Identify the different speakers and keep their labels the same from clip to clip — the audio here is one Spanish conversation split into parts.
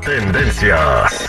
Speaker 1: Tendencias.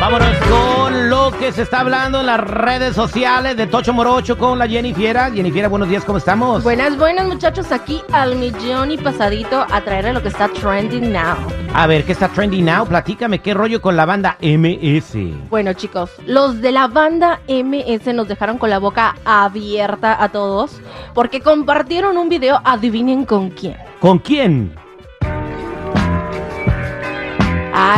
Speaker 2: Vámonos con lo que se está hablando en las redes sociales de Tocho Morocho con la Jennifiera. Jennifiera, buenos días, ¿cómo estamos?
Speaker 3: Buenas, buenas muchachos, aquí al millón y pasadito a traerle lo que está trending now.
Speaker 2: A ver, ¿qué está trending now? Platícame, ¿qué rollo con la banda MS?
Speaker 3: Bueno chicos, los de la banda MS nos dejaron con la boca abierta a todos porque compartieron un video, adivinen con quién.
Speaker 2: ¿Con quién?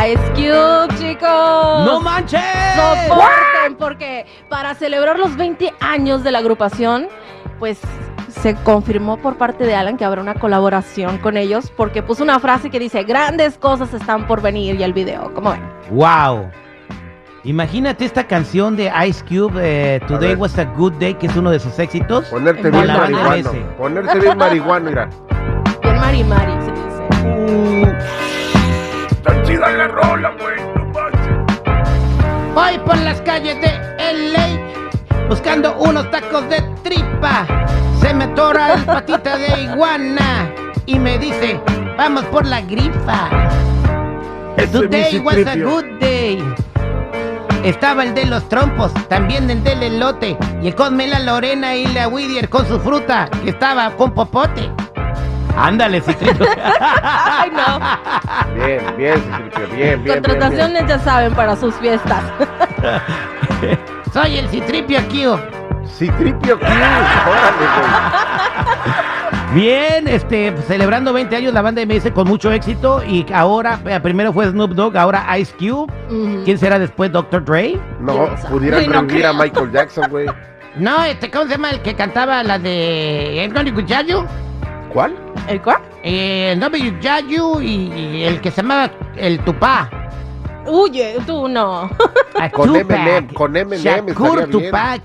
Speaker 3: Ice Cube, Ah, chicos. Oh.
Speaker 2: ¡No manches!
Speaker 3: Soporten porque para celebrar los 20 años de la agrupación, pues se confirmó por parte de Alan que habrá una colaboración con ellos porque puso una frase que dice grandes cosas están por venir y el video, como ven.
Speaker 2: ¡Wow! Imagínate esta canción de Ice Cube, eh, Today
Speaker 4: ver.
Speaker 2: Was a Good Day, que es uno de sus éxitos.
Speaker 4: Ponerte
Speaker 3: En
Speaker 4: bien
Speaker 3: la banda
Speaker 4: marihuano.
Speaker 2: MS.
Speaker 4: Ponerte bien marihuano, mira.
Speaker 3: Bien Mari Mari se dice.
Speaker 4: Tan chida la rola, güey. no manches.
Speaker 2: Voy por las calles de LA buscando unos tacos de tripa. Se me atora el patita de iguana y me dice, vamos por la grifa.
Speaker 4: Ese
Speaker 2: Today
Speaker 4: Missy
Speaker 2: was a
Speaker 4: Tripio.
Speaker 2: good day. Estaba el de los trompos, también el del elote, y el con la Lorena y la Whittier con su fruta, que estaba con popote. Ándale, citrito.
Speaker 3: Ay no.
Speaker 4: Bien, bien, Citripio, bien, bien, bien. bien.
Speaker 3: Contrataciones ya saben para sus fiestas.
Speaker 2: Soy el citripio aquí.
Speaker 4: Citripio Q, órale,
Speaker 2: Bien, este, celebrando 20 años la banda MS con mucho éxito y ahora, eh, primero fue Snoop Dogg, ahora Ice Cube.
Speaker 3: Ujú.
Speaker 2: ¿Quién será después, Dr. Dre?
Speaker 4: güey. No, pudieran
Speaker 3: Ay, no
Speaker 4: revivir a Michael Jackson, güey.
Speaker 2: No, este, ¿cómo se llama el que cantaba la de El Nombre Cuchayo?
Speaker 4: ¿Cuál?
Speaker 3: ¿El cuál?
Speaker 2: Eh, El Nombre Cuchayo y, y el que se llamaba El Tupá.
Speaker 3: Huye, tú no.
Speaker 2: A
Speaker 4: Con
Speaker 2: Tupac,
Speaker 4: Eminem, con Eminem estaría
Speaker 2: Shakur,
Speaker 4: bien.
Speaker 2: Tupac.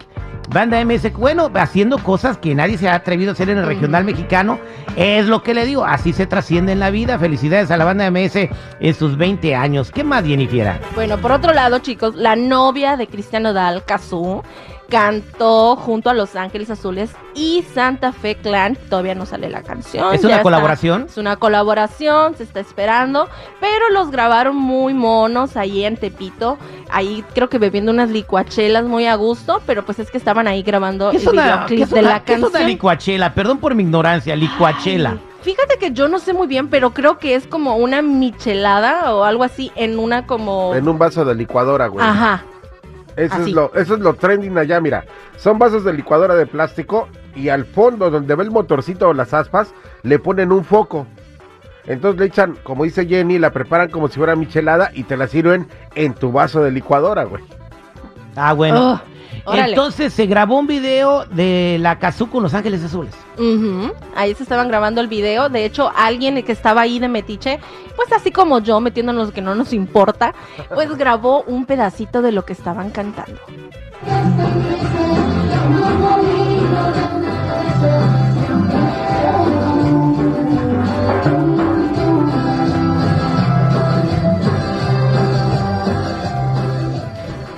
Speaker 2: Banda MS, bueno, haciendo cosas que nadie se ha atrevido a hacer en el regional mexicano, es lo que le digo, así se trasciende en la vida. Felicidades a la banda MS en sus 20 años. ¿Qué más, Jennifiera?
Speaker 3: Bueno, por otro lado, chicos, la novia de Cristian Odal, Kazú, cantó junto a Los Ángeles Azules y Santa Fe Clan. Todavía no sale la canción.
Speaker 2: ¿Es
Speaker 3: ya
Speaker 2: una
Speaker 3: está.
Speaker 2: colaboración?
Speaker 3: Es una colaboración, se está esperando, pero los grabaron muy monos ahí en Tepito, ahí creo que bebiendo unas licuachelas muy a gusto, pero pues es que estaban ahí grabando
Speaker 2: ¿Qué
Speaker 3: el
Speaker 2: es una, qué
Speaker 3: videoclip
Speaker 2: es
Speaker 3: de
Speaker 2: una-
Speaker 3: la
Speaker 2: qué es una
Speaker 3: canción.
Speaker 2: licuachela? Perdón por mi ignorancia, licuachela.
Speaker 3: Fíjate que yo no sé muy bien, pero creo que es como una michelada o algo así en una como...
Speaker 4: En un vaso de licuadora, güey.
Speaker 3: Ajá.
Speaker 4: Eso
Speaker 3: así.
Speaker 4: es, lo, eso es lo trending allá, mira. Son vasos de licuadora de plástico y al fondo, donde ve el motorcito o las aspas, le ponen un foco. Entonces le echan, como dice Jenny, la preparan como si fuera michelada y te la sirven en tu vaso de licuadora, güey.
Speaker 2: Ah, bueno.
Speaker 3: Ugh, Oh, órale.
Speaker 2: Entonces se grabó un video de la Kazuko en Los Ángeles Azules.
Speaker 3: Ujú, Ahí se estaban grabando el video. De hecho, alguien que estaba ahí de metiche, pues así como yo, metiéndonos lo que no nos importa, pues grabó un pedacito de lo que estaban cantando.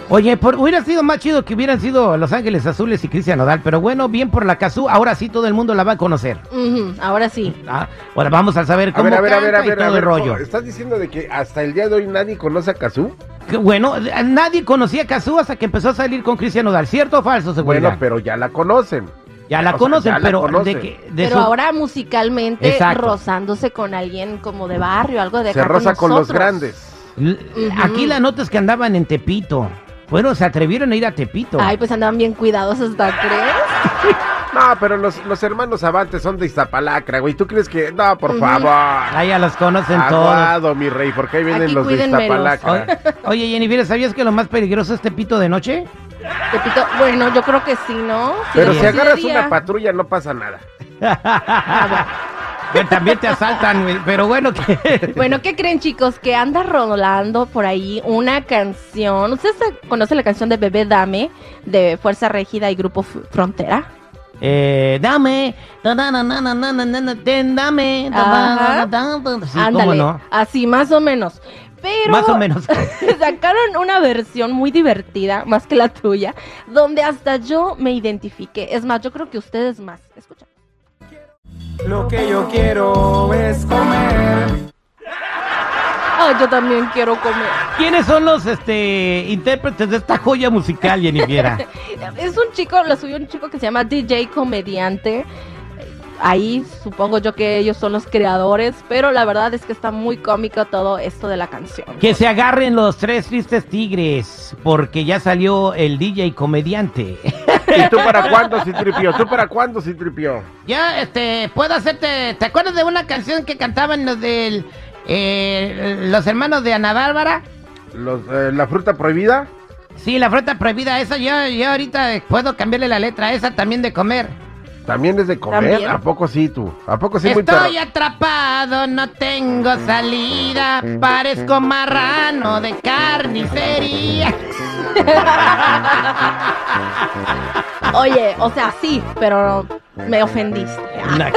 Speaker 2: Oye, por- hubiera sido más chido que hubieran sido Los Ángeles Azules y Cristian Nodal, pero bueno, bien por la Kazu, ahora sí todo el mundo la va a conocer.
Speaker 3: Ujú, Ahora sí.
Speaker 2: Ah, ahora vamos a saber
Speaker 4: A
Speaker 2: cómo
Speaker 4: ver, a ver, a ver,
Speaker 2: canta
Speaker 4: a ver,
Speaker 2: y
Speaker 4: a
Speaker 2: todo
Speaker 4: ver,
Speaker 2: el rollo.
Speaker 4: ¿Estás diciendo de que hasta el día de hoy nadie conoce a Kazú?
Speaker 2: Que bueno, eh, nadie conocía a Kazu hasta que empezó a salir con Cristian Nodal, ¿cierto o falso,
Speaker 4: Bueno,
Speaker 2: seguridad?
Speaker 4: pero ya la conocen.
Speaker 2: Ya la
Speaker 4: O sea,
Speaker 2: conocen,
Speaker 4: ya la
Speaker 2: pero
Speaker 4: conocen.
Speaker 2: de que de
Speaker 3: Pero
Speaker 2: eso-
Speaker 3: ahora musicalmente
Speaker 2: Exacto.
Speaker 3: rozándose con alguien como de barrio, algo de
Speaker 4: Se
Speaker 3: acá
Speaker 4: roza con los
Speaker 3: nosotros.
Speaker 4: grandes.
Speaker 2: l- aquí la nota es que andaban en Tepito. Fueron, se atrevieron a ir a Tepito.
Speaker 3: Ay, pues andaban bien cuidados hasta crees.
Speaker 4: No, pero los, los hermanos Avantes son de Iztapalacra, güey. ¿Tú crees que.? No, por favor.
Speaker 2: Ay, ya las conocen todos.
Speaker 4: Aguado, mi rey, porque ahí vienen
Speaker 3: Aquí
Speaker 4: los de
Speaker 3: cuídenmelos.
Speaker 2: Oye,
Speaker 4: Iztapalacra.
Speaker 2: oye, Jennifer, ¿sabías que lo más peligroso es Tepito de noche?
Speaker 3: Pepito, bueno, yo creo que sí, ¿no? Sí,
Speaker 4: Pero
Speaker 3: sí,
Speaker 4: si
Speaker 3: sí,
Speaker 4: agarras
Speaker 3: de
Speaker 4: una
Speaker 3: día.
Speaker 4: patrulla, no pasa nada.
Speaker 2: Que también te asaltan, güey, pero bueno que...
Speaker 3: Bueno, ¿qué creen, chicos? Que anda rolando por ahí una canción. ¿Ustedes se- conocen la canción de Bebé Dame de Fuerza Régida y Grupo F- Frontera?
Speaker 2: Eh, dame, ta- na- na- na- na- na- na- na- ten, dame, ta-
Speaker 3: Ajá.
Speaker 2: ta- ta- ta- ta- sí, cómo
Speaker 3: Ándale,
Speaker 2: no.
Speaker 3: así más o menos. Pero
Speaker 2: Más o menos.
Speaker 3: sacaron una versión muy divertida, más que la tuya, donde hasta yo me identifiqué. Es más, yo creo que ustedes más. Escucha.
Speaker 5: Lo que yo quiero es comer.
Speaker 3: Ah, yo también quiero comer.
Speaker 2: ¿Quiénes son los este intérpretes de esta joya musical, Jennifer?
Speaker 3: Es un chico, lo subió un chico que se llama DJ Comediante. Ahí supongo yo que ellos son los creadores, pero la verdad es que está muy cómico todo esto de la canción.
Speaker 2: Que se agarren los tres tristes tigres, porque ya salió el DJ comediante.
Speaker 4: ¿Y tú para cuándo, Citripio? ¿Tú para cuándo, Citripio?
Speaker 2: Ya, este, puedo hacerte. ¿Te acuerdas de una canción que cantaban los del. eh, los hermanos de Ana Bárbara?
Speaker 4: Los, eh, ¿La fruta prohibida?
Speaker 2: Sí, la fruta prohibida, esa yo, yo ahorita puedo cambiarle la letra, a esa también de comer.
Speaker 4: También es de comer.
Speaker 3: También.
Speaker 4: ¿A poco sí, tú? ¿A poco sí, muy
Speaker 2: Estoy
Speaker 4: perro?
Speaker 2: atrapado, no tengo salida, parezco marrano de carnicería.
Speaker 3: Oye, o sea, sí, pero me ofendiste.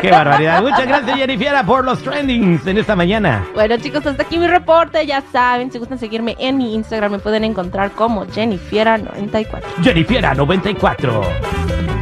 Speaker 2: qué barbaridad. Muchas gracias, Jennifer, por los trendings en esta mañana.
Speaker 3: Bueno chicos, hasta aquí mi reporte, ya saben, si gustan seguirme en mi Instagram me pueden encontrar como Jennifiera94.
Speaker 2: Jennifer 94.